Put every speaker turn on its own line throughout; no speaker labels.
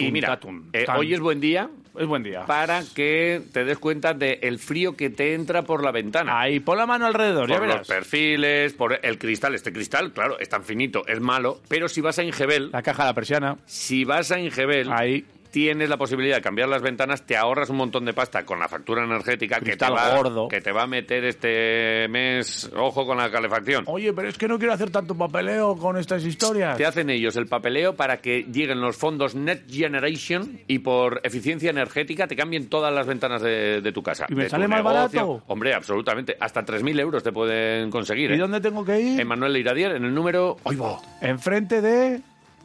Y mira,
Tatum,
eh,
tan.
hoy es buen día
Es buen día.
para que te des cuenta del frío que te entra por la ventana.
Ahí, pon la mano alrededor, ya
por los
verás.
perfiles, por el cristal. Este cristal, claro, es tan finito, es malo. Pero si vas a Ingebel,
La caja de la persiana.
si vas a Ingebel,
Ahí.
tienes la posibilidad de cambiar las ventanas, te ahorras un montón de pasta con la factura energética que te,
Cristal
va,
gordo.
que te va a meter este mes. Ojo con la calefacción.
Oye, pero es que no quiero hacer tanto papeleo con estas historias.
Te hacen ellos el papeleo para que lleguen los fondos Net Generation y por eficiencia energética te cambien todas las ventanas de, de tu casa.
¿Y me
de tu
sale más
negocio.
barato?
Hombre, absolutamente. Hasta 3.000 euros te pueden conseguir.
¿Y
¿eh?
dónde tengo que ir?
Emanuel Iradier, en el número... ¡Ay, va!
Enfrente de...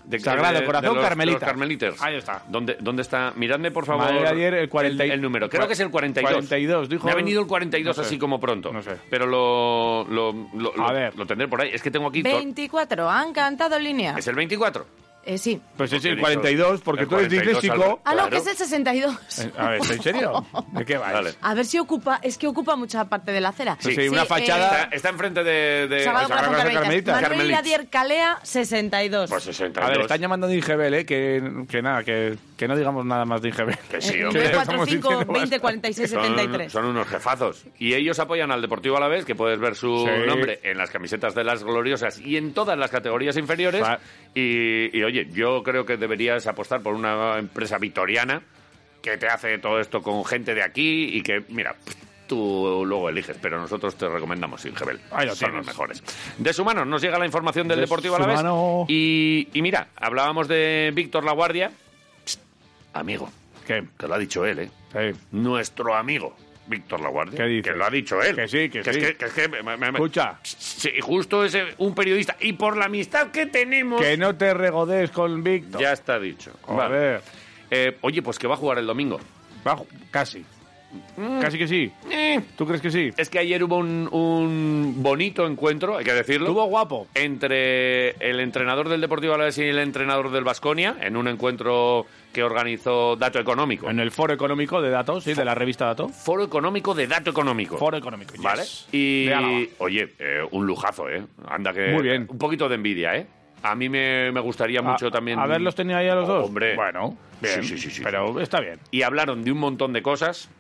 De,
Sagrado
de-
Corazón
de los-
Carmelita.
los Carmelitas.
Ahí está.
¿Dónde, dónde está? Miradme, por favor,
Madre, ayer el 40 y-
el número. Creo que es el 42.
42, dijo
Me ha
el-
venido el 42
No sé.
así como pronto.
No sé.
Pero lo, lo, lo-
A
lo-
ver.
lo tendré por ahí. Es que tengo aquí... to-
24, han cantado en línea.
¿Es el 24?
Eh, sí.
Pues es
Porque
el
dijo-
42, porque
el
tú eres
42,
disléxico.
Ah, no,
Claro.
que es el 62.
Eh, A ver, ¿en serio? ¿De qué vas?
Vale.
A ver si ocupa, es que ocupa mucha parte de la acera.
Sí, una fachada- eh,
Está, está enfrente de... de-
eh,
Sagrado
Sagrado Corazón
Corazón
Carmelitas.
Carmelitas.
Manuel Iradier Calea, 62.
Pues 62.
A ver, están llamando de Ingebel, ¿eh? Que, que nada, que, que no digamos nada más de Ingebel.
Que
Eh,
sí,
número
hombre.
que
cuatro,
estamos
cinco,
diciendo
20,
basta.
46,
Son,
73.
son unos jefazos. Y ellos apoyan al Deportivo a la vez, que puedes ver su
Sí.
nombre en las camisetas de las gloriosas y en todas las categorías inferiores.
Fa-
Y, y, oye, yo creo que deberías apostar por una empresa victoriana que te hace todo esto con gente de aquí y que, mira, tú luego eliges, pero nosotros te recomendamos Ingebel.
Ahí lo
Son
tienes.
los mejores. De su mano nos llega la información del
De
Deportivo a
su
la vez.
mano.
Y, y mira, hablábamos de Víctor Laguardia. Psst, Amigo,
¿Qué?
que lo ha dicho él, ¿eh?
Sí.
nuestro amigo Víctor Laguardia,
¿Qué dices?
que lo ha dicho él.
Que sí, que
es
sí.
que- que es que me- me- me-
Escucha.
Sí, justo es eh, un periodista. Y por la amistad que tenemos...
Que no te regodees con Víctor.
Ya está dicho.
A
Vale.
ver,
Eh, oye, pues que va a jugar el domingo.
bajo, casi.
Mm.
Casi que sí.
Eh,
¿Tú crees que sí?
Es que ayer hubo un, un bonito encuentro, hay que decirlo.
Estuvo guapo.
entre el entrenador del Deportivo Alavés y el entrenador del Vasconia en un encuentro que organizó Dato Económico.
En el foro económico de datos, sí, de la revista Datos.
Foro Económico de Dato Económico.
Foro económico, yes.
Vale. Y,
De Álava.
oye, eh, un lujazo, ¿eh? Anda que.
Muy bien.
Un poquito de envidia, ¿eh? A mí me, me gustaría mucho
A-
también.
¿Haberlos tenido ahí a los dos?
Hombre.
Bueno,
Sí,
bien.
sí, sí, sí.
Pero está bien.
Y hablaron de un montón de cosas.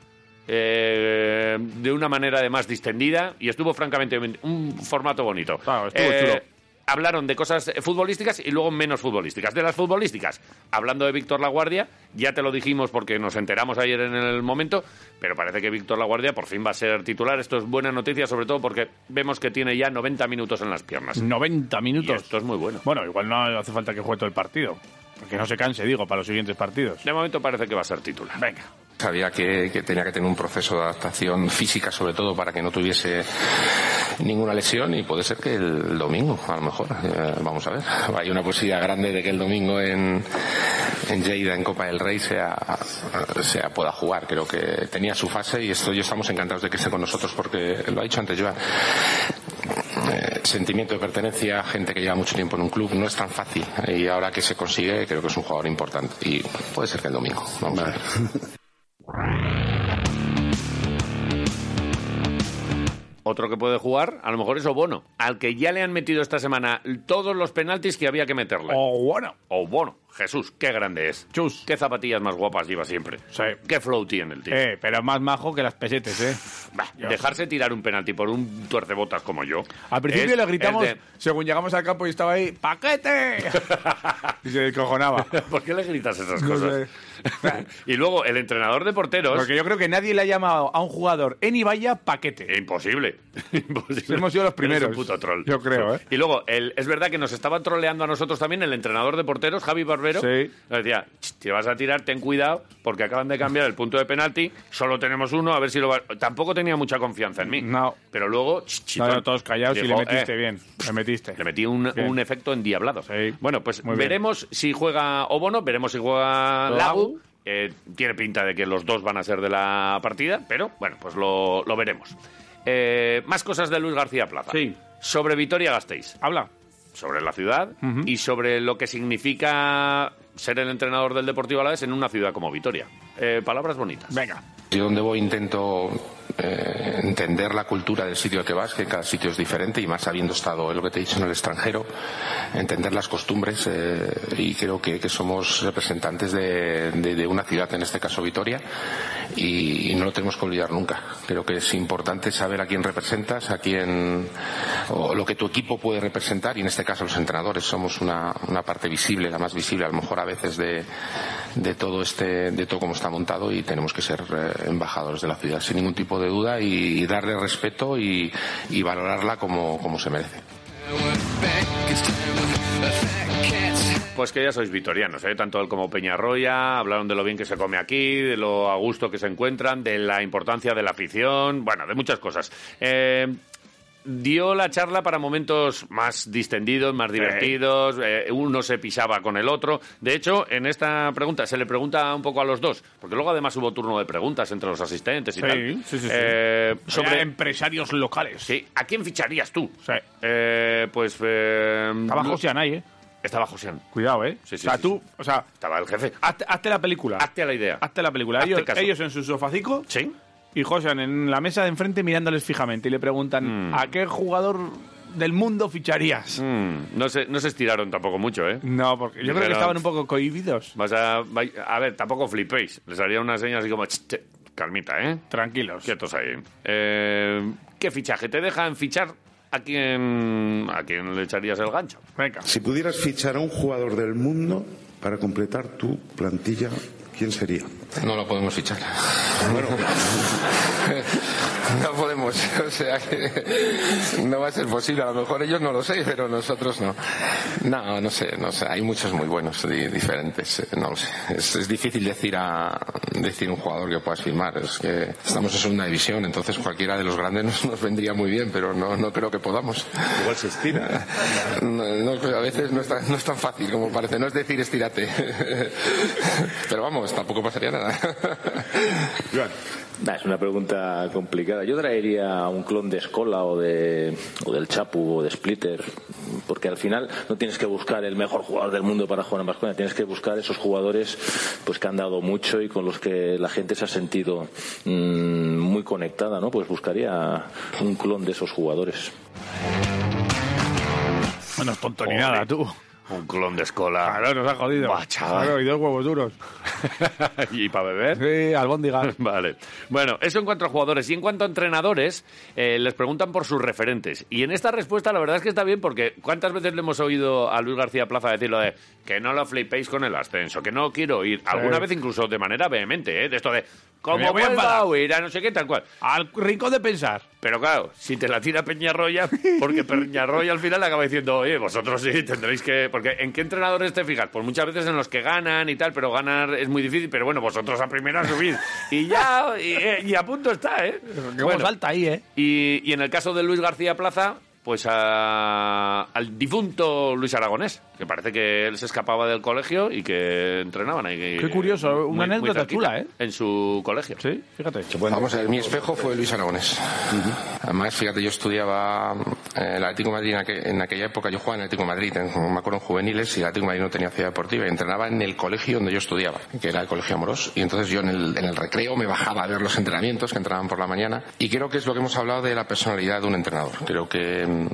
eh, de una manera además distendida y estuvo francamente bien- un formato bonito. Eh,
Claro, Ah, estuvo chulo.
Hablaron de cosas eh, futbolísticas y luego menos futbolísticas. De las futbolísticas, hablando de Víctor Laguardia, ya te lo dijimos porque nos enteramos ayer en el momento, pero parece que Víctor Laguardia por fin va a ser titular. Esto es buena noticia, sobre todo porque vemos que tiene ya 90 minutos en las piernas.
90
Y
minutos.
esto es muy bueno.
Bueno, igual no hace falta que juegue todo el partido. Porque no se canse, digo, para los siguientes partidos.
De momento parece que va a ser titular.
Venga.
Sabía que, que tenía que tener un proceso de adaptación física, sobre todo, para que no tuviese ninguna lesión y puede ser que el domingo, a lo mejor, eh, vamos a ver. Hay una posibilidad grande de que el domingo en, en Lleida, en Copa del Rey, sea, sea pueda jugar. Creo que tenía su fase y esto, yo estamos encantados de que esté con nosotros porque lo ha dicho antes Joan. Eh, sentimiento de pertenencia, gente que lleva mucho tiempo en un club, no es tan fácil. Y ahora que se consigue, creo que es un jugador importante. Y puede ser que el domingo. Vamos a ver.
Otro que puede jugar, a lo mejor es Obono, al que ya le han metido esta semana todos los penaltis que había que meterle.
O bueno.
Obono, Jesús, qué grande es.
Oh. Chus.
Qué zapatillas más guapas lleva siempre.
Sí.
Qué flow tiene el tío.
Eh, pero más majo que las pesetes, ¿eh?
Bah, dejarse tirar un penalti por un tuercebotas como yo.
Al principio
es-
le gritamos,
es de-
según llegamos al campo y estaba ahí, ¡paquete! y se descojonaba.
¿Por qué le gritas esas
No
cosas? y luego, el entrenador de porteros.
Porque yo creo que nadie le ha llamado a un jugador en Ibaya paquete.
Imposible. Imposible.
Hemos sido
Eres
los primeros.
un puto troll.
Yo creo, ¿eh?
Y luego, el- es verdad que nos estaba troleando a nosotros también el entrenador de porteros, Javi Barbero.
Sí.
Nos decía, "Ch, si vas a tirar, ten cuidado, porque acaban de cambiar el punto de penalti, solo tenemos uno, a ver si lo va... Tampoco tenía mucha confianza en mí.
No.
Pero luego... "Ch,
No,
chitón".
no, todos callados y
Dijo,
le metiste
"Eh,
bien. Le metiste.
Le metí un,
Bien.
un efecto endiablado.
Sí.
Bueno, pues
Muy bien.
veremos si juega Obono, veremos si juega Lagu.
Lagu.
Eh, tiene pinta de que los dos van a ser de la partida, pero bueno, pues lo, lo veremos. Eh, más cosas de Luis García Plaza.
Sí.
Sobre Vitoria Gasteiz,
Habla.
sobre la ciudad y sobre lo que significa ser el entrenador del Deportivo Alavés en una ciudad como Vitoria. Eh, palabras bonitas.
Venga.
Yo donde voy intento eh, entender la cultura del sitio al que vas, que cada sitio es diferente y más habiendo estado, es lo que te he dicho, en el extranjero, entender las costumbres eh, y creo que, que somos representantes de, de- de una ciudad, en este caso Vitoria, y, y no lo tenemos que olvidar nunca. Creo que es importante saber a quién representas, a quién, o lo que tu equipo puede representar y en este caso los entrenadores somos una, una parte visible, la más visible a lo mejor a veces de, de todo este, de todo cómo está montado y tenemos que ser eh, embajadores de la ciudad sin ningún tipo de duda y, darle respeto y, y valorarla como, como se merece.
Pues que ya sois vitorianos, ¿eh? tanto él como Peñarroya, hablaron de lo bien que se come aquí, de lo a gusto que se encuentran, de la importancia de la afición, bueno, de muchas cosas. Eh, dio la charla para momentos más distendidos, más divertidos, eh, uno se pisaba con el otro. De hecho, en esta pregunta se le pregunta un poco a los dos, porque luego además hubo turno de preguntas entre los asistentes y
Sí,
tal.
sí, em. sí, sí.
Eh,
Sobre
sobre
empresarios locales.
sí, ¿a quién ficharías tú?
Sí.
Eh, pues eh,
Estaba José Anay, ¿eh?
estaba Josean.
Cuidado, ¿eh?
Sí, sí,
o sea,
sí,
tú, o sea,
Estaba el jefe.
hazte, hazte la película.
Hazte la idea.
Hazte la película.
Hazte
Ellos,
caso.
ellos en su sofacico
Sí.
y Josean en la mesa de enfrente mirándoles fijamente y le preguntan, ¿a qué jugador del mundo ficharías?
Mm, no, se, no se estiraron tampoco mucho, ¿eh?
No, porque yo creo
Pero-
que estaban un poco cohibidos.
Vas a, vai- a ver, tampoco flipéis. Les haría una señal así como... "Ch, che, calmita, ¿eh?
Tranquilos.
Quietos ahí. Eh, ¿Qué fichaje? ¿Te dejan fichar a quién, a quién le echarías el gancho?
Venga.
Si pudieras fichar a un jugador del mundo para completar tu plantilla, ¿quién sería?
No lo podemos fichar. no podemos, o sea que no va a ser posible. A lo mejor ellos no lo sé, pero nosotros no. No, no sé, no sé. Hay muchos muy buenos, di- diferentes. eh, No lo sé. Es, es difícil decir a decir un jugador que puedas firmar. Es que estamos en segunda división, entonces cualquiera de los grandes nos, nos vendría muy bien, pero no, no creo que podamos.
Igual se estira.
No, no, pues a veces no es, tan, no es tan fácil como parece, no es decir estírate. Pero vamos, tampoco pasaría nada.
Joan,
Nah, es una pregunta complicada. Yo traería a un clon de Escola o, de, o del Chapu o de Splitter, porque al final no tienes que buscar el mejor jugador del mundo para jugar en Vasconia, tienes que buscar esos jugadores pues que han dado mucho y con los que la gente se ha sentido mm, muy conectada, ¿no? Pues buscaría un clon de esos jugadores.
No es tonto ni
Joder.
nada, tú.
Un clon de escola.
Claro, nos ha jodido.
Buah, chaval.
Claro, y dos huevos duros.
¿Y para beber?
Sí, albóndiga.
Vale. Bueno, eso en cuanto a jugadores. Y en cuanto a entrenadores, eh, les preguntan por sus referentes. Y en esta respuesta la verdad es que está bien porque ¿cuántas veces le hemos oído a Luis García Plaza decir lo de que no lo flipéis con el ascenso, que no quiero ir? Alguna
Sí.
vez incluso de manera vehemente, ¿eh? De esto de,
Me
¿cómo
voy a
vuelva a
enfadar".
huir a no sé qué, tal cual?
Al rincón de pensar.
Pero claro, si te la tira Peñarroya, porque Peñarroya al final acaba diciendo, oye, vosotros sí tendréis que. Porque ¿en qué entrenadores te fijas? Pues muchas veces en los que ganan y tal, pero ganar es muy difícil, pero bueno, vosotros a primera subid. Y ya, y, y a punto está, ¿eh?
Que
Bueno,
salta ahí, ¿eh?
y, y en el caso de Luis García Plaza, pues a- al difunto Luis Aragonés, que parece que él se escapaba del colegio y que entrenaban ahí.
Qué curioso, una anécdota
cerquita,
chula, ¿eh?
En su colegio.
Sí, fíjate.
Vamos a ver, mi espejo fue Luis Aragonés. Además, fíjate, yo estudiaba eh, el Atlético de Madrid en, aqu- en aquella época, yo jugaba en el Atlético de Madrid, en- me acuerdo en juveniles, y el Atlético de Madrid no tenía ciudad deportiva, y entrenaba en el colegio donde yo estudiaba, que era el Colegio Amorós, y entonces yo en el, en el recreo me bajaba a ver los entrenamientos que entraban por la mañana, y creo que es lo que hemos hablado de la personalidad de un entrenador. Creo que mm,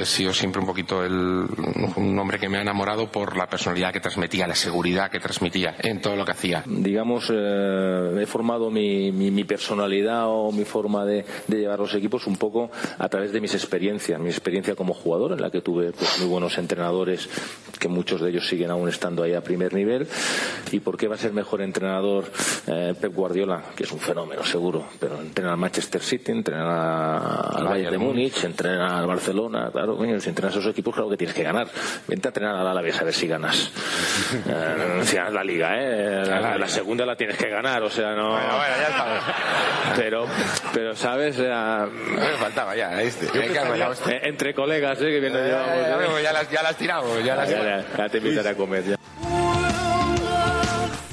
he sido siempre un poquito el, un hombre que me ha enamorado por la personalidad que transmitía, la seguridad que transmitía en todo lo que hacía.
digamos, eh, he formado mi, mi- mi personalidad o mi forma de, de llevar los equipos un poco a través de mis experiencias. Mi experiencia como jugador, en la que tuve pues, muy buenos entrenadores, que muchos de ellos siguen aún estando ahí a primer nivel. ¿Y por qué va a ser mejor entrenador eh, Pep Guardiola? Que es un fenómeno, seguro. Pero entrena al Manchester City, entrena al Bayern de Múnich, entrena al Barcelona. Claro, coño, si entrenas a esos equipos, claro que tienes que ganar. Vente a entrenar al Alavés a ver si ganas. Eh, no renunciarás a la liga, ¿eh? La- la- la segunda la tienes que ganar, o sea, no. Pero, pero sabes, O sea,
Me faltaba ya, este. Venga, ya, hostia.
eh, entre colegas, ¿eh? Que viene
Ya,
llevamos,
ya, ya,
¿eh?
vengo, ya las, ya las tiramos, ya las
Ya, ya, ya te invitaré a comer. ya.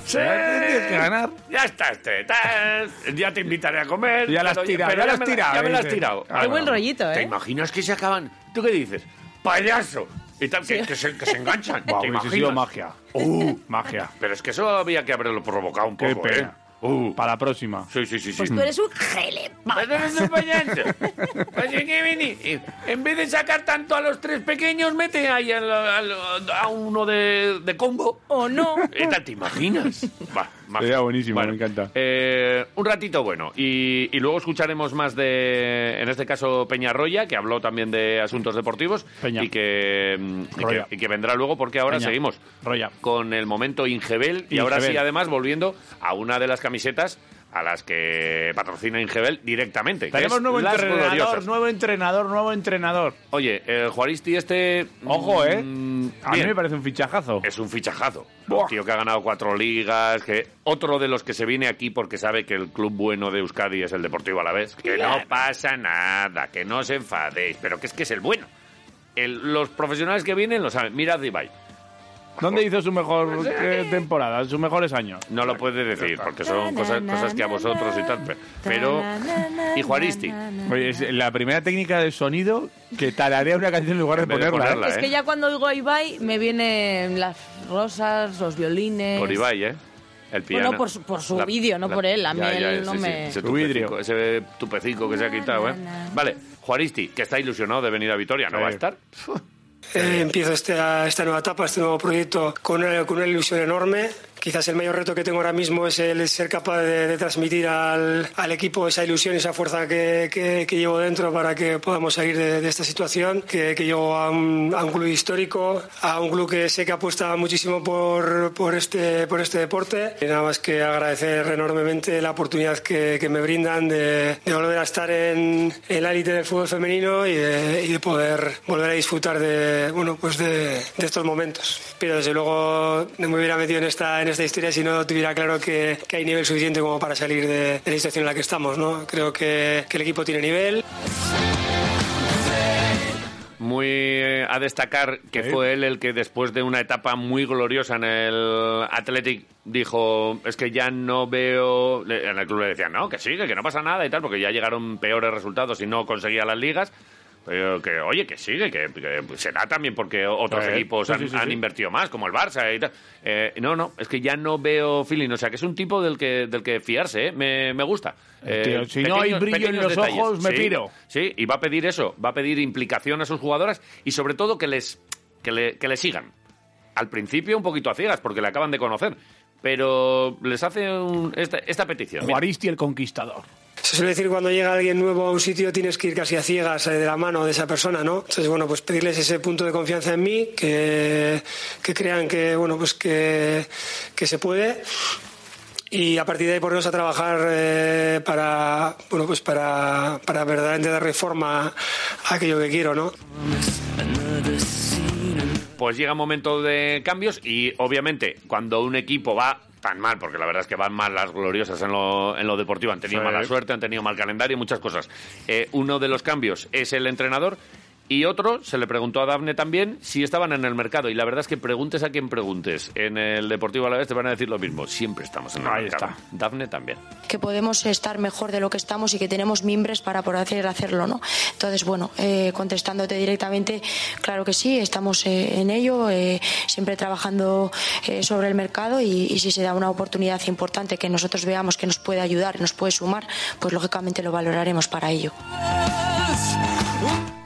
Tienes que ganar.
Ya está este. tal, Ya te invitaré a comer.
Ya las
Pero-
tirado,
pero
ya las tirado,
Ya me las has
dice.
tirado. Ah,
Qué buen rollito,
¿Te
¿eh?
imaginas que se acaban? ¿Tú qué dices? ¡Payaso! Y tal, que, que se, que se enganchan.
Guau,
¿Te
hubiese
imaginas?
sido magia. Uh, magia.
Pero es que eso había que haberlo provocado un
Qué
poco,
pena.
¿eh? Uh,
Para la próxima.
sí, sí, sí, sí.
Pues tú eres un gele.
Pero eres un payaso. Pues es que, Vini, eh, En vez de sacar tanto a los tres pequeños, mete ahí al- al- a uno de, de combo.
O no.
Eh, tal, ¿Te imaginas? Va, magia.
Sería buenísimo, me encanta.
eh, un ratito bueno. Y, y luego escucharemos más de, en este caso, Peñarroya, que habló también de asuntos deportivos.
Peña.
Y, que, mm, y que,
Roya.
y que vendrá luego, porque ahora
Peña.
seguimos
Roya.
con el momento Ingebel. Y ahora
Ingebel.
sí, además, volviendo a una de las camisetas a las que patrocina Ingebel directamente. que
Tenemos
es
nuevo
Las
entrenador,
Gloriosas.
nuevo entrenador, nuevo entrenador.
Oye, el Juaristi este...
Ojo, ¿eh?
mm,
A mí
bien.
me parece un fichajazo.
Es un fichajazo.
Buah.
Un tío que ha ganado cuatro ligas, que otro de los que se viene aquí porque sabe que el club bueno de Euskadi es el Deportivo a la vez. Que no pasa nada, que no os enfadéis, pero que es que es el bueno. El- los profesionales que vienen lo saben. Mirad Ibai.
¿Dónde hizo su mejor eh, temporada, sus mejores años?
No lo puede decir porque son cosas, cosas que a vosotros y tal. pe- Pero... Y Juaristi.
Oye, es la primera técnica de sonido que tararea una canción en lugar de
En vez de
ponerla. ¿eh?
ponerla.
Es
¿eh?
que ya cuando oigo a Ibai me vienen las rosas, los violines.
Por Ibai, ¿eh? El piano.
Bueno, por su- por su
La-
vídeo, no
la-
por él. A mí él no me-
Ese
Su vidrio.
tupecico, ese tupecico que se ha quitado, ¿eh?
Na, na, na.
Vale, Juaristi, que está ilusionado de venir a Vitoria, ¿no
Sí.
va a estar?
Eh, empiezo esta, esta nueva etapa, este nuevo proyecto con una, con una ilusión enorme. Quizás el mayor reto que tengo ahora mismo es el ser capaz de, de transmitir al, al equipo esa ilusión y esa fuerza que, que- que llevo dentro para que podamos salir de, de esta situación, que, que llevo a un, a un club histórico, a un club que sé que apuesta muchísimo por, por, este, por este deporte. Y nada más que agradecer enormemente la oportunidad que, que me brindan de, de volver a estar en en la élite del fútbol femenino y de, y de poder volver a disfrutar de, bueno, pues de, de estos momentos. Pero desde luego no me hubiera metido en esta, en esta historia si no tuviera claro que, que hay nivel suficiente como para salir de, de la situación en la que estamos. ¿no? Creo que- que el equipo tiene nivel,
Muy eh, a destacar que
Sí.
fue él el que después de una etapa muy gloriosa en el Athletic dijo, es que ya no veo... le- En el club le decían, no, que sigue, que no pasa nada y tal, porque ya llegaron peores resultados y no conseguía las ligas. Pero que, oye, que sigue, que, que será también porque otros
Sí.
equipos
Sí,
han,
sí, sí,
han
sí.
invertido más, como el Barça y tal. Eh, no, no, es que ya no veo feeling. O sea, que es un tipo del que, del que fiarse, ¿eh? me, me gusta. Eh,
Tío, si no hay brillo en
pequeños
los ojos, me
Sí,
piro.
Sí, y va a pedir eso, va a pedir implicación a sus jugadoras y sobre todo que les que le, que le sigan. Al principio un poquito a ciegas porque le acaban de conocer, pero les hace un- esta, esta petición. Mira,
Juaristi el conquistador.
Se suele decir cuando llega alguien nuevo a un sitio tienes que ir casi a ciegas eh, de la mano de esa persona, ¿no? Entonces, bueno, pues pedirles ese punto de confianza en mí, que, que crean que, bueno, pues que, que se puede. Y a partir de ahí ponernos a trabajar eh, para, bueno, pues para, para verdaderamente darle forma a aquello que quiero, ¿no?
Pues llega un momento de cambios y obviamente cuando un equipo va tan mal, porque la verdad es que van mal las gloriosas en lo, en lo deportivo, han tenido
Sí.
mala suerte, han tenido mal calendario, muchas cosas. Eh, uno de los cambios es el entrenador y otro, se le preguntó a Dafne también, si estaban en el mercado. Y la verdad es que preguntes a quien preguntes en el Deportivo a la vez te van a decir lo mismo. Siempre estamos en el
Ahí
mercado.
está.
Dafne también.
que podemos estar mejor de lo que estamos y que tenemos mimbres para poder hacerlo, ¿no? Entonces, bueno, eh, contestándote directamente, claro que sí, estamos eh, en ello, eh, siempre trabajando eh, sobre el mercado y, y si se da una oportunidad importante que nosotros veamos que nos puede ayudar, nos puede sumar, pues lógicamente lo valoraremos para ello.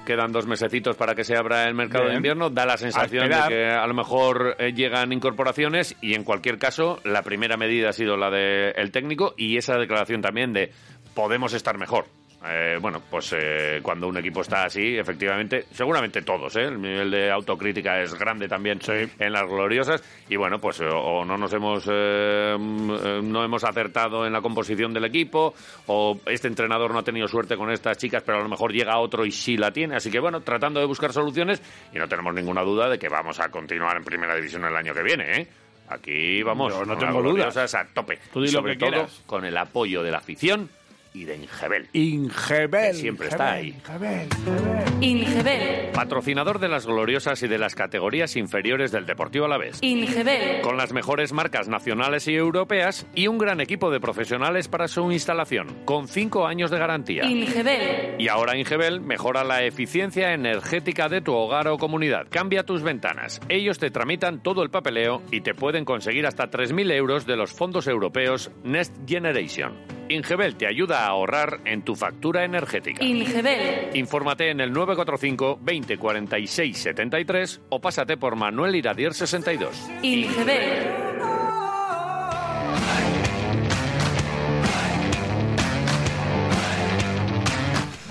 Quedan dos mesecitos para que se abra el mercado de
Bien.
invierno. Da la sensación de
esperar.
que a lo mejor eh, llegan incorporaciones y en cualquier caso la primera medida ha sido la del técnico y esa declaración también de podemos estar mejor. Eh, bueno, pues eh, cuando un equipo está así, efectivamente, seguramente todos, ¿eh? el nivel de autocrítica es grande también en las gloriosas y bueno, pues eh, o no nos hemos eh, mm, eh, no hemos acertado en la composición del equipo o este entrenador no ha tenido suerte con estas chicas, pero a lo mejor llega otro y sí la tiene, así que bueno, tratando de buscar soluciones y no tenemos ninguna duda de que vamos a continuar en Primera División el año que viene, ¿eh? Aquí vamos,
Yo no
con
tengo
las gloriosas
dudas.
a tope,
Tú di lo
sobre
que
todo
quieras.
con el apoyo de la afición y de Ingebel.
Ingebel.
Que siempre está ahí.
Ingebel.
Ingebel,
Patrocinador de las gloriosas y de las categorías inferiores del Deportivo Alavés.
Ingebel,
Con las mejores marcas nacionales y europeas y un gran equipo de profesionales para su instalación, con 5 años de garantía.
Ingebel,
Y ahora Ingebel mejora la eficiencia energética de tu hogar o comunidad. Cambia tus ventanas. Ellos te tramitan todo el papeleo y te pueden conseguir hasta 3.000 euros de los fondos europeos Next Generation. Ingebel te ayuda a ahorrar en tu factura energética.
Ingebel,
Infórmate en el 945 20 46 73 o pásate por Manuel Iradier 62.
Ingebel,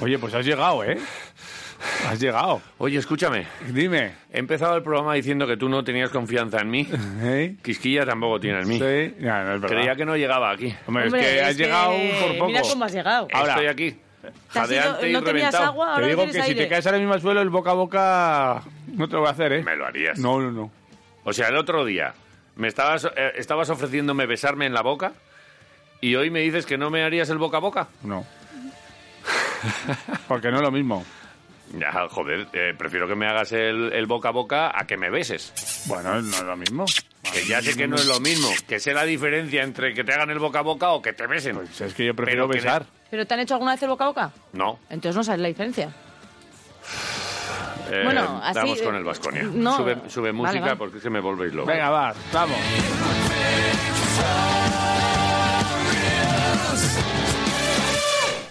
Oye, pues has llegado, ¿eh? Has llegado.
Oye, escúchame.
Dime.
He empezado el programa diciendo que tú no tenías confianza en mí.
¿eh?
Quisquilla tampoco tiene en mí.
Sí. Ya, no es verdad.
Creía que no llegaba aquí.
Hombre,
Hombre,
es que has llegado por poco.
Mira cómo has llegado.
Ah, Ahora,
Estoy aquí.
Te has ido-
Jadeante y
no tenías
reventado.
agua, ahora
Te digo
tienes
que si
aire.
te caes ahora mismo al suelo, el boca a boca no te lo voy a hacer, ¿eh?
Me lo harías.
No, no, no.
O sea, el otro día me estabas, eh, estabas ofreciéndome besarme en la boca y hoy me dices que no me harías el boca a boca.
No. Porque no es lo mismo.
Ya, joder, eh, prefiero que me hagas el, el boca a boca a que me beses.
Bueno, no es lo mismo.
Que ya sé que no es lo mismo, que sé la diferencia entre que te hagan el boca a boca o que te besen.
Pues es que yo prefiero
Pero que-
besar.
¿Pero te han hecho alguna vez el boca a boca?
No.
Entonces no sabes la diferencia.
eh,
Bueno, así,
Vamos con
eh,
el Vasconia.
no.
sube, sube
Vale,
música
vale.
porque es que me volvéis loco.
Venga, va, vamos.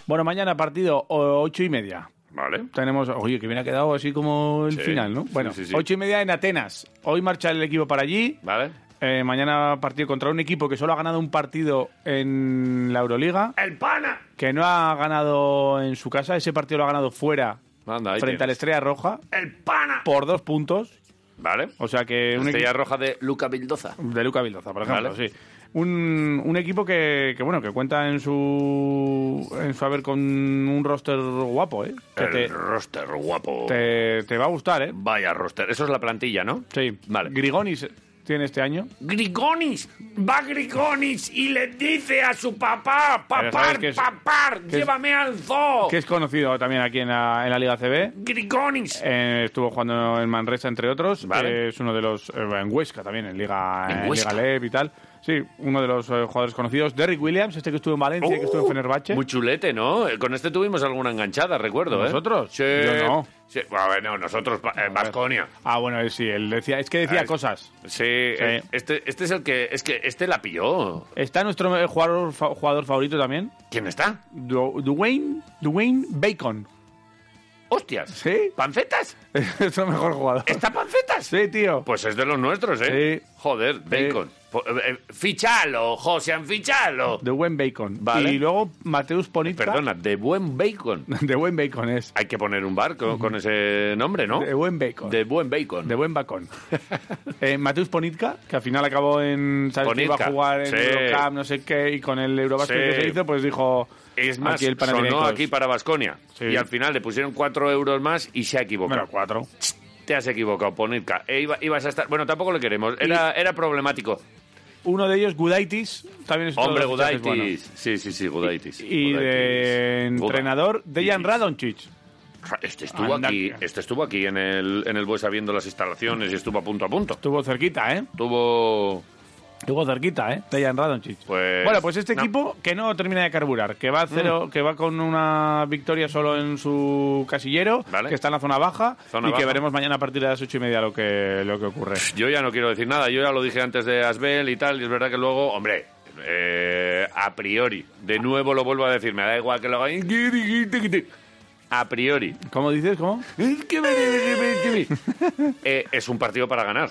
Bueno, mañana partido o- ocho y media.
Vale.
Tenemos, oye, que bien ha quedado así como el
Sí,
final, ¿no?
sí,
Bueno,
sí, sí.
ocho y media en Atenas. Hoy marcha el equipo para allí.
Vale.
Eh, mañana partido contra un equipo que solo ha ganado un partido en la Euroliga,
¡El pana!
que no ha ganado en su casa. Ese partido lo ha ganado fuera
Anda, ahí
frente a
tienes.
la Estrella Roja
¡El pana!
por dos puntos.
Vale.
O sea que un equipo-
Estrella roja de Luca Bildoza.
De Luca Vildoza, por ejemplo,
Vale.
sí. Un, un equipo que, que, bueno, que cuenta en su, en su haber con un roster guapo, ¿eh? Que
El
te,
roster guapo.
te- te va a gustar, ¿eh?
Vaya roster. Eso es la plantilla, ¿no?
Sí.
Vale.
Grigonis tiene este año.
Grigonis, va Grigonis y le dice a su papá,
Pero
papar,
¿sabes qué es-
papar,
qué es-
llévame al zoo.
Que es conocido también aquí en la, en la Liga CB.
Grigonis.
Eh, estuvo jugando en Manresa, entre otros.
Vale.
Eh, es uno de los. eh, en Huesca también, en Liga,
En
en
Huesca.
Liga LEP y tal. Sí, uno de los eh, jugadores conocidos. Derrick Williams, este que estuvo en Valencia, y que
Oh, Uh.
estuvo en Fenerbahce.
Muy chulete, ¿no? Eh, Con este tuvimos alguna enganchada, recuerdo, ¿eh?
¿Nosotros?
Sí.
Yo no.
Sí. Bueno, nosotros, eh, Vasconia.
Ah, bueno, él sí, él decía. Es que
Ah,
decía
es-
cosas.
Sí, eh, Este, este es el que, es que este la pilló.
Está nuestro eh, jugador, fa- jugador favorito también,
¿Quién está?
Du- Dwayne, Dwayne Bacon.
Hostias.
¿Sí?
¿Pancetas?
es nuestro mejor jugador.
¿Está pancetas?
Sí, tío.
Pues es de los nuestros, ¿eh?
Sí.
Joder, Bacon. Po- eh, eh, Fichalo, Josean, fichalo.
Dwayne Bacon.
Vale.
Y luego Mateus Ponita.
Perdona, de buen bacon.
Dwayne Bacon es.
Hay que poner un bar con, con ese nombre, ¿no?
De buen bacon.
De buen bacon.
De buen bacon. eh, Mateus Ponitka, que al final acabó en. ¿Sabes que iba a
Ponitka,
jugar en
sí.
Eurocup, no sé qué, y con el Eurobasket
Sí.
que se hizo, pues dijo.
Es más,
aquí el
sonó
Panathinaikos.
aquí para Basconia.
Sí.
Y al final le pusieron cuatro euros más y se ha equivocado.
Bueno, cuatro.
Te has equivocado, Ponitka. E iba- ibas a estar... Bueno, tampoco le queremos. Era, era problemático.
Uno de ellos, Gudaitis, también es otro
Hombre,
de los fichajes
Gudaitis.
buenos.
Sí, sí, sí, Gudaitis.
Y de
Gudaitis.
entrenador,
Gudaitis.
Dejan Radonchich.
Este estuvo
Anda,
aquí,
que-
este estuvo aquí en el, en el Buesa viendo las instalaciones y estuvo a punto a punto.
Estuvo cerquita, ¿eh?
Tuvo...
Estuvo cerquita, ¿eh? Dejan Radonchich.
Pues-
bueno, pues este
no. Mm.
equipo que no termina de carburar, que va a cero, que va con una victoria solo en su casillero,
Vale.
que está en la zona baja
Zona
y
baja.
que veremos mañana a partir de las ocho y media lo que, lo que ocurre.
Yo ya no quiero decir nada, yo ya lo dije antes de Asbel y tal, y es verdad que luego, hombre, eh, a priori, de nuevo lo vuelvo a decir, me da igual que lo haga. a priori.
¿Cómo dices? ¿Cómo?
Eh, es un partido para ganar.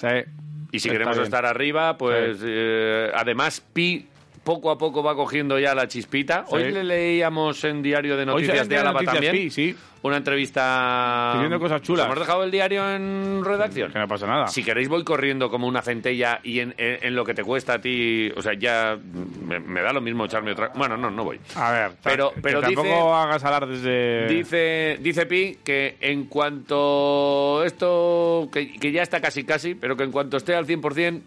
Y si
Está
queremos
bien.
estar arriba, pues eh, además Pi poco a poco va cogiendo ya la chispita.
Sí.
Hoy le leíamos en Diario de
Hoy se
Noticias de
dan
Álava
noticias,
también
sí, sí.
una entrevista...
Pidiendo cosas chulas.
Hemos dejado el diario en redacción.
Que no pasa nada.
Si queréis voy corriendo como una centella y en, en- en lo que te cuesta a ti, o sea, ya me, me da lo mismo echarme otra... Bueno, no, no voy.
A ver,
Pero-
que
pero
tampoco
dice-
hagas alar desde...
Dice, dice Pi que en cuanto esto, que, que ya está casi casi, pero que en cuanto esté al 100%,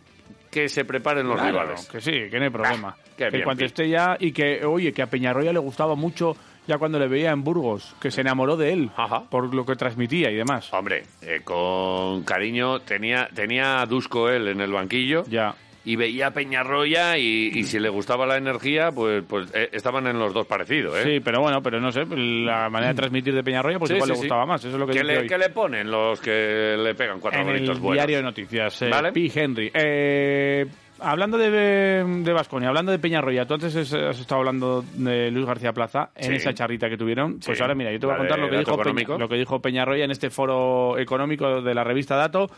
que se preparen los
Claro,
rivales.
Que sí, que no hay problema.
Ah, qué
que
bien,
cuando
Pi.
esté ya... Y que, oye, que a Peñarroya le gustaba mucho ya cuando le veía en Burgos, que se enamoró de él por lo que transmitía y demás.
Hombre, eh, con cariño, tenía, tenía a Dusko él en el banquillo.
Ya.
Y veía a Peñarroya y, y si le gustaba la energía, pues, pues eh, estaban en los dos parecidos, ¿eh?
Sí, pero bueno, pero no sé, la manera de transmitir de Peñarroya pues
Sí,
igual
sí,
le
sí.
gustaba más, eso es lo que
¿Qué
dice
le,
hoy.
qué le ponen los que le pegan cuatro
en el
gritos buenos?
diario de noticias, eh,
¿Vale?
P. Henry. Eh, hablando de, de Vasconia, hablando de Peñarroya, tú antes es- has estado hablando de Luis García Plaza en
Sí.
esa charrita que tuvieron. Pues
Sí.
ahora mira, yo te voy a
La de
contar lo que,
dato
dijo Peña-
económico.
lo que dijo Peñarroya en este foro económico de la revista Dato.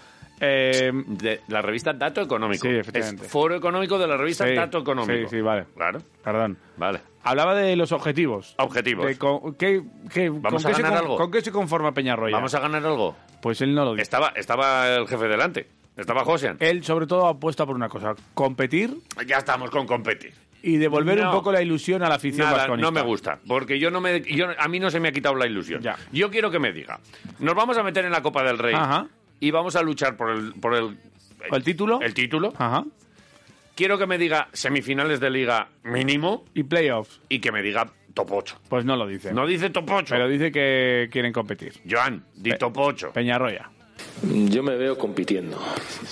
Eh,
De la revista Dato Económico.
Sí,
es
efectivamente.
foro económico de la revista
Sí,
Dato Económico.
Sí, sí, vale.
Claro.
Perdón.
Vale.
Hablaba de los objetivos.
Objetivos.
De con, qué, qué-
¿Vamos
con
a
qué se
ganar
con-
algo?
¿Con qué se conforma Peñarroya?
¿Vamos a ganar algo?
Pues él no lo dice.
Estaba, estaba el jefe delante. Estaba Josean.
Él sobre todo apuesta por una cosa, competir
Ya estamos con competir.
y devolver
No.
un poco la ilusión a la afición
Nada,
vasconista.
no me gusta, porque yo no me, yo- a mí no se me ha quitado la ilusión.
Ya.
Yo quiero que me diga, nos vamos a meter en la Copa del Rey
Ajá.
y vamos a luchar por el, por el,
¿El título?
el título.
Ajá.
Quiero que me diga semifinales de liga mínimo
¿Y playoffs?
y que me diga top 8.
Pues no lo dice.
No dice top 8.
pero dice que quieren competir.
Joan, di top 8.
Peñarroya.
Yo me veo compitiendo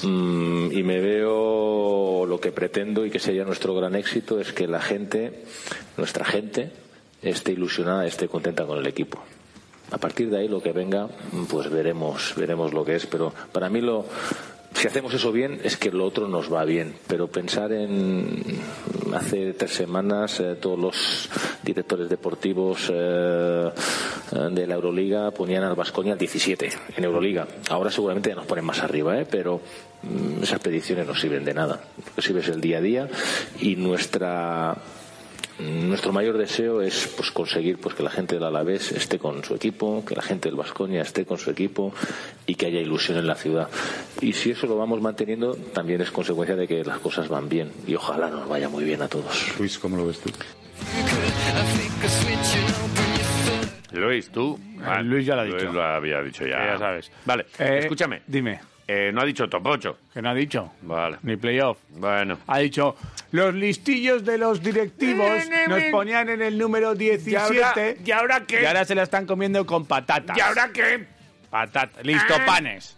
Mm, y me veo lo que pretendo y que sería nuestro gran éxito es que la gente, nuestra gente, esté ilusionada, esté contenta con el equipo. A partir de ahí lo que venga, mm, pues veremos, veremos lo que es. Pero para mí lo, si hacemos eso bien, es que lo otro nos va bien. Pero pensar en hace tres semanas eh, todos los directores deportivos eh, de la Euroliga ponían al Vasconia al 17 en Euroliga. Ahora seguramente ya nos ponen más arriba, ¿eh? pero mm, esas predicciones no sirven de nada. Lo que sirve es el día a día y nuestra nuestro mayor deseo es pues, conseguir pues, que la gente del Alavés esté con su equipo, que la gente del Vasconia esté con su equipo y que haya ilusión en la ciudad. Y si eso lo vamos manteniendo, también es consecuencia de que las cosas van bien y ojalá nos vaya muy bien a todos.
Luis, ¿cómo lo ves tú?
Luis, tú. Ah,
Luis ya lo ha dicho.
había dicho ya.
Que ya sabes.
Vale,
Eh,
escúchame.
Dime,
Eh, no ha dicho top 8.
que no ha dicho
Vale.
ni playoff.
Bueno.
Ha dicho, los listillos de los directivos nos ponían en el número 17
¿Y ahora qué?
y ahora se la están comiendo con patatas.
¿Y ahora Ah. qué?
Patatas. Listopanes.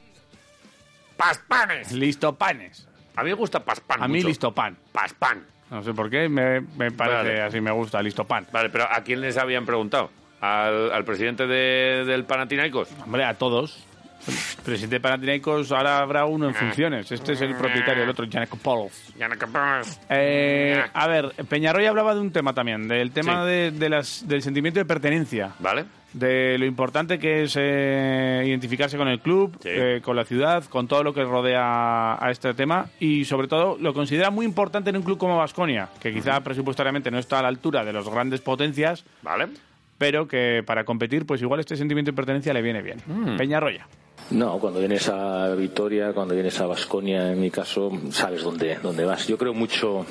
Paspanes.
Listopanes.
A mí me gusta Paspan.
A mí
mucho.
listopan.
Paspan.
No sé por qué, me, me parece
Vale.
así, me gusta, listopan.
Vale, pero ¿a quién les habían preguntado? ¿Al, al presidente de- del Panathinaikos?
Hombre, a todos. El presidente de Panathinaikos, ahora habrá uno en
Ah.
funciones. Este es el propietario, el otro, Giannakopoulos.
Ya no capaz.
Eh, a ver, Peñarroy hablaba de un tema también, del tema
Ah. Sí.
de, de las, del sentimiento de pertenencia,
¿Vale?
de lo importante que es eh, identificarse con el club,
Sí.
eh, con la ciudad, con todo lo que rodea a este tema y sobre todo lo considera muy importante en un club como Vasconia, que quizá presupuestariamente no está a la altura de las grandes potencias,
¿Vale?
pero que para competir pues igual este sentimiento de pertenencia le viene bien. Peñarroya.
No, cuando vienes a Vitoria, cuando vienes a Vasconia, en mi caso, sabes dónde, dónde vas. Yo creo mucho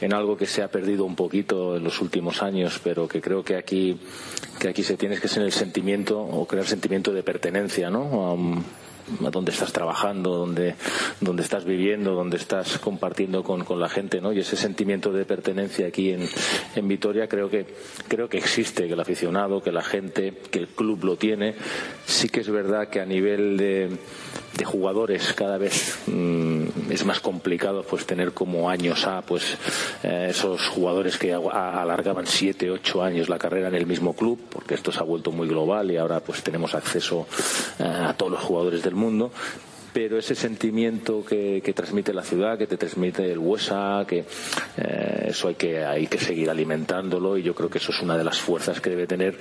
en algo que se ha perdido un poquito en los últimos años, pero que creo que aquí, que aquí se tiene es que es en el sentimiento o crear sentimiento de pertenencia, ¿no? A, un- a dónde estás trabajando, dónde, dónde estás viviendo, dónde estás compartiendo con, con la gente, ¿no? Y ese sentimiento de pertenencia aquí en, en Vitoria creo que, creo que existe, que el aficionado, que la gente, que el club lo tiene. Sí que es verdad que a nivel de, de jugadores cada vez mm, es más complicado pues tener como años A pues eh, esos jugadores que agu- a- alargaban siete, ocho años la carrera en el mismo club, porque esto se ha vuelto muy global y ahora pues tenemos acceso eh, a todos los jugadores del mundo pero ese sentimiento que, que transmite la ciudad, que te transmite el Huesa, que eh, eso hay que, hay que seguir alimentándolo y yo creo que eso es una de las fuerzas que debe tener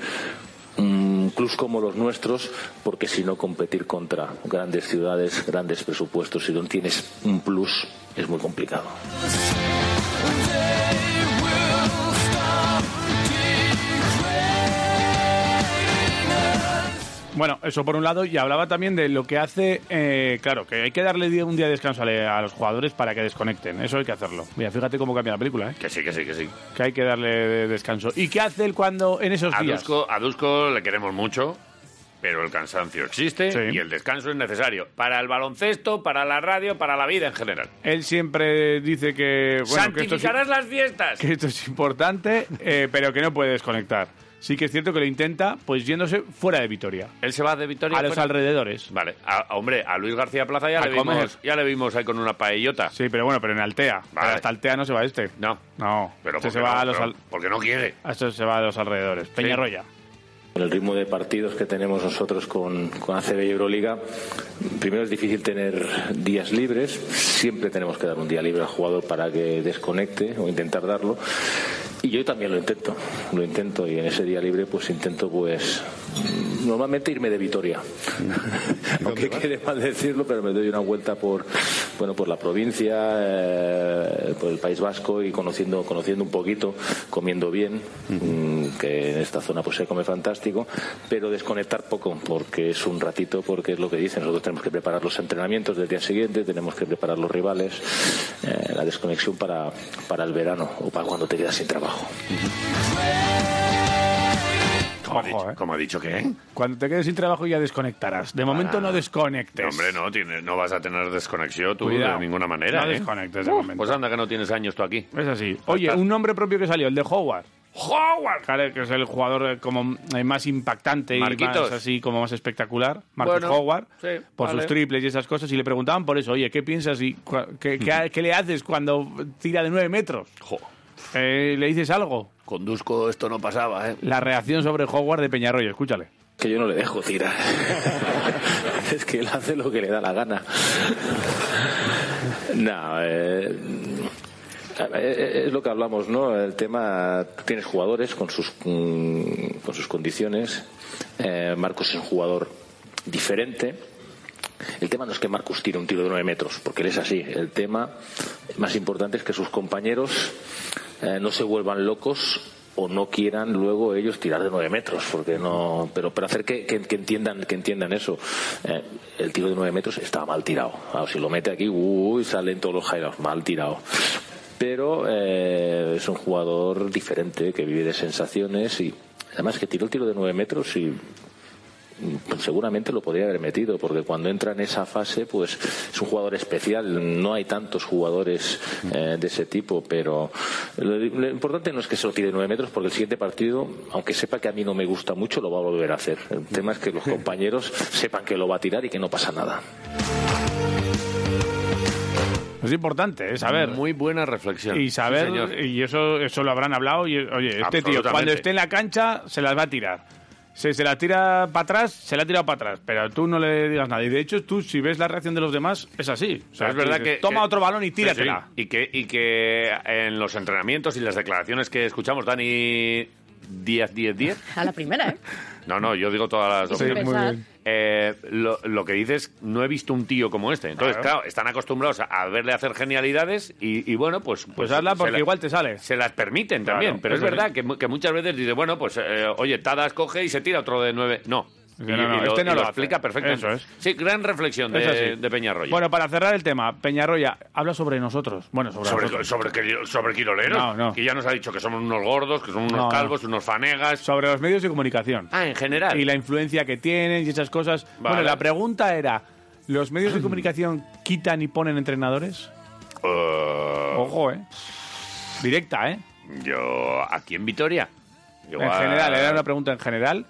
un mm, clubs como los nuestros, porque si no competir contra grandes ciudades, grandes presupuestos, si no tienes un plus, es muy complicado.
Bueno, eso por un lado, y hablaba también de lo que hace, eh, claro, que hay que darle día- un día de descanso a le- a los jugadores para que desconecten, eso hay que hacerlo. Mira, fíjate cómo cambia la película, ¿eh?
Que sí, que sí, que sí.
que hay que darle de- descanso. ¿Y qué hace él cuando en esos
A
días?
Dusko, a Dusko le queremos mucho, pero el cansancio existe y el descanso es necesario. Para el baloncesto, para la radio, para la vida en general.
Él siempre dice que, bueno, que, esto es,
¡Santificarás las fiestas!
que esto es importante, eh, pero que no puede desconectar. Sí que es cierto que lo intenta, pues yéndose fuera de Vitoria.
Él se va de Vitoria
A los
fuera?
alrededores.
Vale, a- hombre, a Luis García Plaza ya,
A
le
comer.
vimos, ya le vimos ahí con una paellota.
Sí, pero bueno, pero en Altea.
Vale.
Pero hasta Altea no se va este.
No.
No.
Pero
Este
porque
se va
no,
a los
pero
al-
porque no quiere.
a esto se va a los alrededores. Peñarroya.
Con el ritmo de partidos que tenemos nosotros con, con ACB y Euroliga, primero es difícil tener días libres, siempre tenemos que dar un día libre al jugador para que desconecte o intentar darlo. Y yo también lo intento, lo intento y en ese día libre pues intento pues normalmente irme de Vitoria. Aunque quede mal decirlo, pero me doy una vuelta por bueno por la provincia, eh, por el País Vasco y conociendo conociendo un poquito, comiendo bien, mm, que en esta zona pues se come fantástico, pero desconectar poco porque es un ratito porque es lo que dicen, nosotros tenemos que preparar los entrenamientos del día siguiente, tenemos que preparar los rivales, eh, la desconexión para para el verano o para cuando te quedas sin trabajo.
Como, ha dicho, como ha dicho que...
eh. Cuando te quedes sin trabajo ya desconectarás. De momento no desconectes.
Ah. No, hombre, no, tiene- no vas a tener desconexión tú
Cuidado.
de ninguna manera.
No
¿eh?
desconectes de
Uh,
momento.
Pues anda que no tienes años tú aquí.
Es así. Oye, un nombre propio que salió, el de Howard.
¡Howard!
Claro, que es el jugador eh, como eh, más impactante y
Marquitos.
más así como más espectacular, Marcus
Bueno,
Howard,
sí,
por
vale.
sus triples y esas cosas. Y le preguntaban por eso, oye, ¿qué piensas y cua- qué, qué ha- qué le haces cuando tira de nueve metros? Eh, ¿Le dices algo?
Conduzco, esto no pasaba, ¿eh?
La reacción sobre Howard de Peñarroyo, escúchale.
Que yo no le dejo tirar. es que él hace lo que le da la gana. no, eh, claro, eh, eh, es lo que hablamos, ¿no? El tema, tú tienes jugadores con sus, mm, con sus condiciones. Eh, Marcos es un jugador diferente. El tema no es que Marcus tire un tiro de 9 metros, porque él es así. El tema más importante es que sus compañeros eh, no se vuelvan locos o no quieran luego ellos tirar de 9 metros, porque no, pero, pero hacer que, que- que entiendan que entiendan eso. Eh, el tiro de 9 metros está mal tirado. Ah, si lo mete aquí, uy, salen todos los highlights, mal tirado pero eh, es un jugador diferente que vive de sensaciones y además que tiró el tiro de nueve metros y mm, pues, seguramente lo podría haber metido porque cuando entra en esa fase pues es un jugador especial no hay tantos jugadores eh, de ese tipo pero lo, lo importante no es que se lo tire de nueve metros porque el siguiente partido aunque sepa que a mí no me gusta mucho lo va a volver a hacer el tema es que los compañeros sepan que lo va a tirar y que no pasa nada
Es importante ¿eh? saber.
Muy buena reflexión.
Y
Sí,
saber,
señor.
y eso, eso lo habrán hablado. Y oye, este tío,
Absolutamente.
cuando esté en la cancha, se las va a tirar. Si se la tira para atrás, se la ha tirado para atrás. Pero tú no le digas nada. Y de hecho, tú, si ves la reacción de los demás, es así. O sea,
es
tú
verdad
dices,
que...
Toma
que-
otro balón y
Sí,
tíratela.
sí. Y, que, y que en los entrenamientos y las declaraciones que escuchamos, Dani... 10-10-10.
A la primera, ¿eh?
No, no, yo digo todas las
Sin
opciones.
pensar. muy bien.
Eh, lo, lo que dices, no he visto un tío como este. Entonces, claro,
Claro.
están acostumbrados a, a verle hacer genialidades y, y bueno, pues...
Pues
se
hazla porque
la-
igual te sale.
Se las permiten
Claro,
también, pero es
eso sí.
verdad que, mu- que muchas veces dice, bueno, pues, eh, oye, Tadas coge y se tira otro de nueve. No.
No, no, este no lo hace.
explica perfectamente.
Eso es.
Sí, gran reflexión
Es
de,
así.
de Peñarroya.
Bueno, para cerrar el tema, Peñarroya, habla sobre nosotros. Bueno, sobre,
sobre,
pues nosotros.
sobre, que- sobre Quiroleros,
No, no.
que ya nos ha dicho que somos unos gordos, que somos unos
No, no.
calvos, unos fanegas.
Sobre los medios de comunicación.
Ah, en general.
y la influencia que tienen y esas cosas.
Vale.
Bueno, la pregunta era, ¿los medios de comunicación quitan y ponen entrenadores?
Eh,
Ojo, ¿eh? Directa, ¿eh?
yo, aquí en Vitoria.
En
Igual-
general, era una pregunta en general.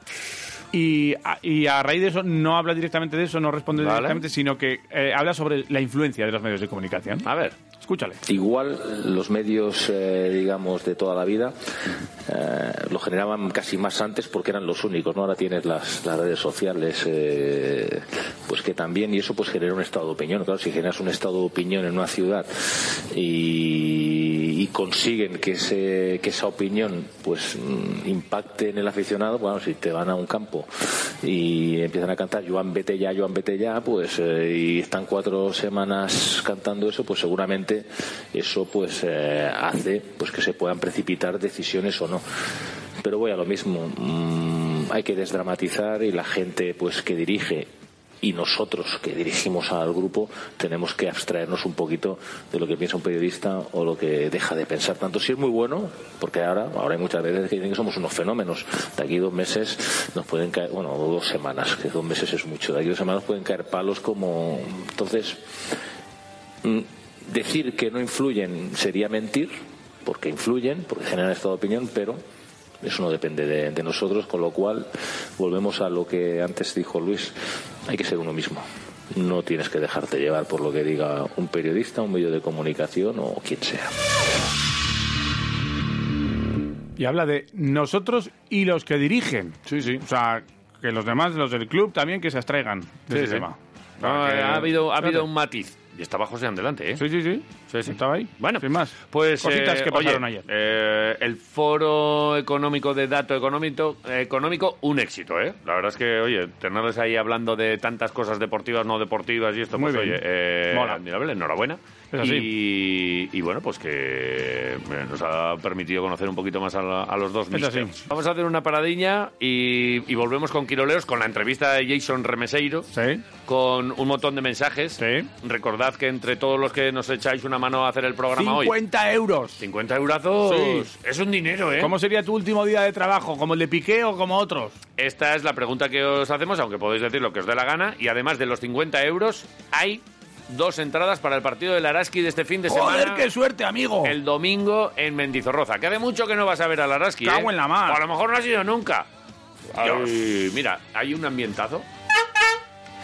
Y a, y a raíz de eso no habla directamente de eso, no responde
Vale.
directamente, sino que eh, habla sobre la influencia de los medios de comunicación.
A ver.
Escúchale.
Igual los medios, eh, digamos, de toda la vida eh, lo generaban casi más antes porque eran los únicos, ¿no? Ahora tienes las, las redes sociales, eh, pues que también, y eso pues genera un estado de opinión. Claro, si generas un estado de opinión en una ciudad y, y, y consiguen que, ese- que esa opinión pues mm, impacte en el aficionado, bueno, si te van a un campo y empiezan a cantar Joan vete ya, Joan vete ya, pues eh, y están cuatro semanas cantando eso, pues seguramente eso pues eh, hace pues que se puedan precipitar decisiones o no. Pero voy a lo mismo, mm, hay que desdramatizar y la gente pues que dirige y nosotros que dirigimos al grupo tenemos que abstraernos un poquito de lo que piensa un periodista o lo que deja de pensar. Tanto si es muy bueno, porque ahora, ahora hay muchas veces que dicen que somos unos fenómenos. De aquí dos meses nos pueden caer, bueno, o dos semanas, que dos meses es mucho. De aquí dos semanas pueden caer palos como. Entonces, mm, decir que no influyen sería mentir, porque influyen, porque generan estado de opinión, pero eso no depende de, de nosotros, con lo cual volvemos a lo que antes dijo Luis, hay que ser uno mismo. No tienes que dejarte llevar por lo que diga un periodista, un medio de comunicación o quien sea.
Y habla de nosotros y los que dirigen. Sí, sí. O sea, que los demás, los del club también, que se abstraigan de
Sí,
ese
sí.
tema.
No, eh,
Para que-
ha habido, ha habido
Claro.
un matiz. Y estaba José adelante, ¿eh?
Sí, sí, sí. Estaba ahí.
Bueno,
sin más.
Pues,
Cositas
eh,
que pasaron
oye,
ayer.
eh, el foro económico de dato económico, económico, un éxito, ¿eh? La verdad es que, oye, tenerles ahí hablando de tantas cosas deportivas, no deportivas y esto,
Muy
pues,
bien.
oye, eh,
Mola.
admirable, enhorabuena.
Es así.
Y, y bueno, pues que eh, nos ha permitido conocer un poquito más a, la- a los dos
Es así.
místeres. Vamos a hacer una paradiña y, y volvemos con Quiroleos con la entrevista de Jason Remeseiro. Con un montón de mensajes. Recordad que entre todos los que nos echáis una mano a hacer el programa hoy.
50 euros.
50 eurazos. Es un dinero, ¿eh?
¿Cómo sería tu último día de trabajo? ¿Como el de Piqué o como otros?
Esta es la pregunta que os hacemos, aunque podéis decir lo que os dé la gana. Y además de los 50 euros, hay dos entradas para el partido del Araski de este fin de semana.
qué suerte, amigo!
El domingo en Mendizorroza. Que hace mucho que no vas a ver al Araski.
Cago
¿eh?
en la mar.
O a lo mejor no has ido nunca. Ay, mira, hay un ambientazo.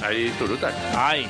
Hay turutas.
Ay.